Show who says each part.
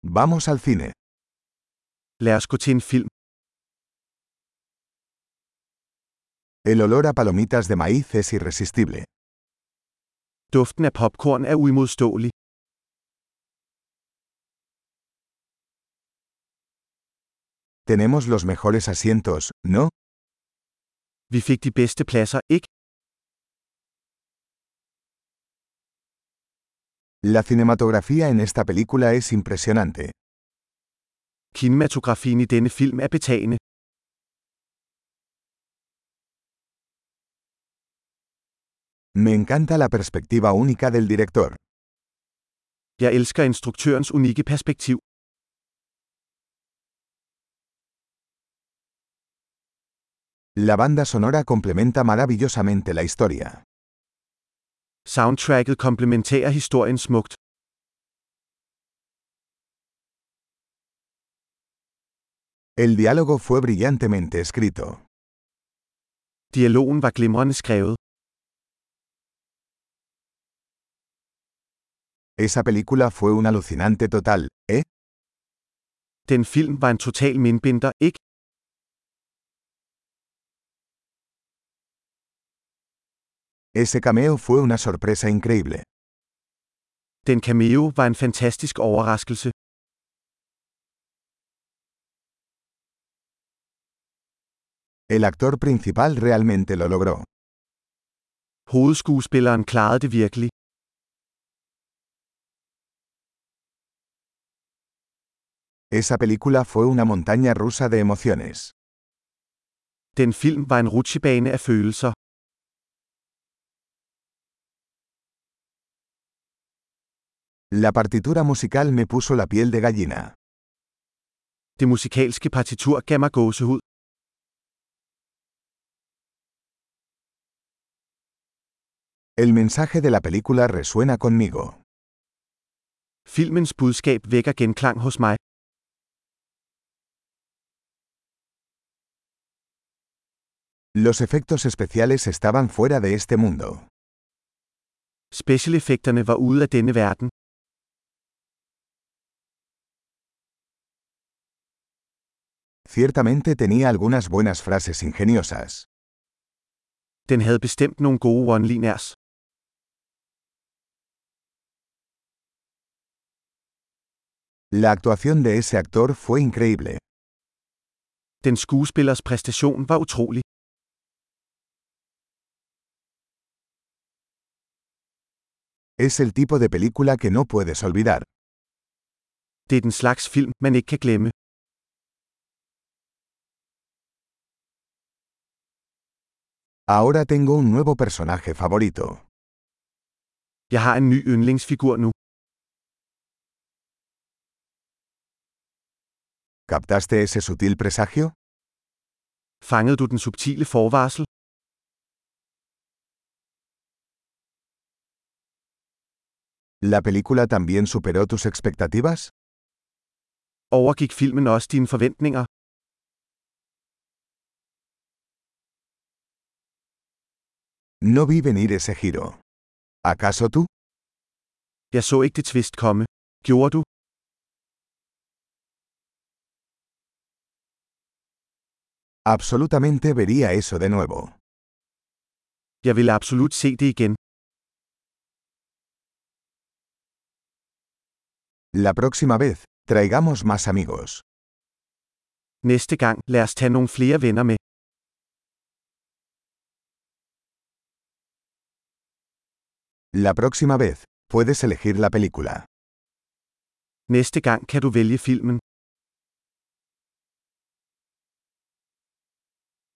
Speaker 1: Vamos al cine.
Speaker 2: Lad os gå til en film.
Speaker 1: El olor a palomitas de maíz es irresistible.
Speaker 2: Duften af popcorn er uimodståelig.
Speaker 1: Tenemos los mejores asientos, ¿no?
Speaker 2: Vi fik de bedste pladser, ikke?
Speaker 1: La cinematografía en esta película es impresionante.
Speaker 2: Kinematografien i denne film er betagende.
Speaker 1: Me encanta la perspectiva única del director.
Speaker 2: Jeg elsker instruktørens unikke perspektiv.
Speaker 1: La banda sonora complementa maravillosamente la historia.
Speaker 2: Soundtracket komplementerer historien smukt.
Speaker 1: El diálogo fue brillantemente escrito.
Speaker 2: Dialogen var glimrende skrevet.
Speaker 1: Esa película fue un alucinante total, ¿eh?
Speaker 2: Den film var en total mindbinder, ikke?
Speaker 1: Ese cameo fue una sorpresa increíble.
Speaker 2: Den cameo var en fantastisk overraskelse.
Speaker 1: El actor principal realmente lo logró.
Speaker 2: Hovedskuespilleren klarede det virkelig.
Speaker 1: Esa película fue una montaña rusa de emociones.
Speaker 2: Den film var en rutsjebane af følelser.
Speaker 1: La partitura musical me puso la piel de gallina.
Speaker 2: Det musikalske partitur gav mig gåsehud.
Speaker 1: El mensaje de la película resuena conmigo.
Speaker 2: Filmens budskab vækker genklang hos mig.
Speaker 1: Los efectos especiales estaban fuera de este mundo.
Speaker 2: Specialeffekterne var ude af denne verden.
Speaker 1: Ciertamente tenía algunas buenas frases ingeniosas.
Speaker 2: Den havde bestemt nogle gode one-liners.
Speaker 1: La actuación de ese actor fue increíble.
Speaker 2: Den skuespillers præstation var utrolig.
Speaker 1: Es el tipo de película que no puedes olvidar.
Speaker 2: Det er den slags film, man ikke kan glemme.
Speaker 1: Ahora tengo un nuevo personaje favorito.
Speaker 2: Jeg har en ny yndlingsfigur nu.
Speaker 1: ¿Captaste ese sutil presagio?
Speaker 2: Fangede du den subtile forvarsel?
Speaker 1: ¿La película también superó tus expectativas?
Speaker 2: Overgik filmen også dine forventninger?
Speaker 1: No vi venir ese giro. ¿Acaso tú?
Speaker 2: Jeg så ikke det tvist komme. Gjorde du?
Speaker 1: Absolutamente vería eso de nuevo.
Speaker 2: Jeg ville absolut se det igen.
Speaker 1: La próxima vez, traigamos más amigos.
Speaker 2: Næste gang, lad os tage nogle flere venner med.
Speaker 1: La próxima vez, puedes elegir la película.
Speaker 2: Næste gang kan du vælge filmen.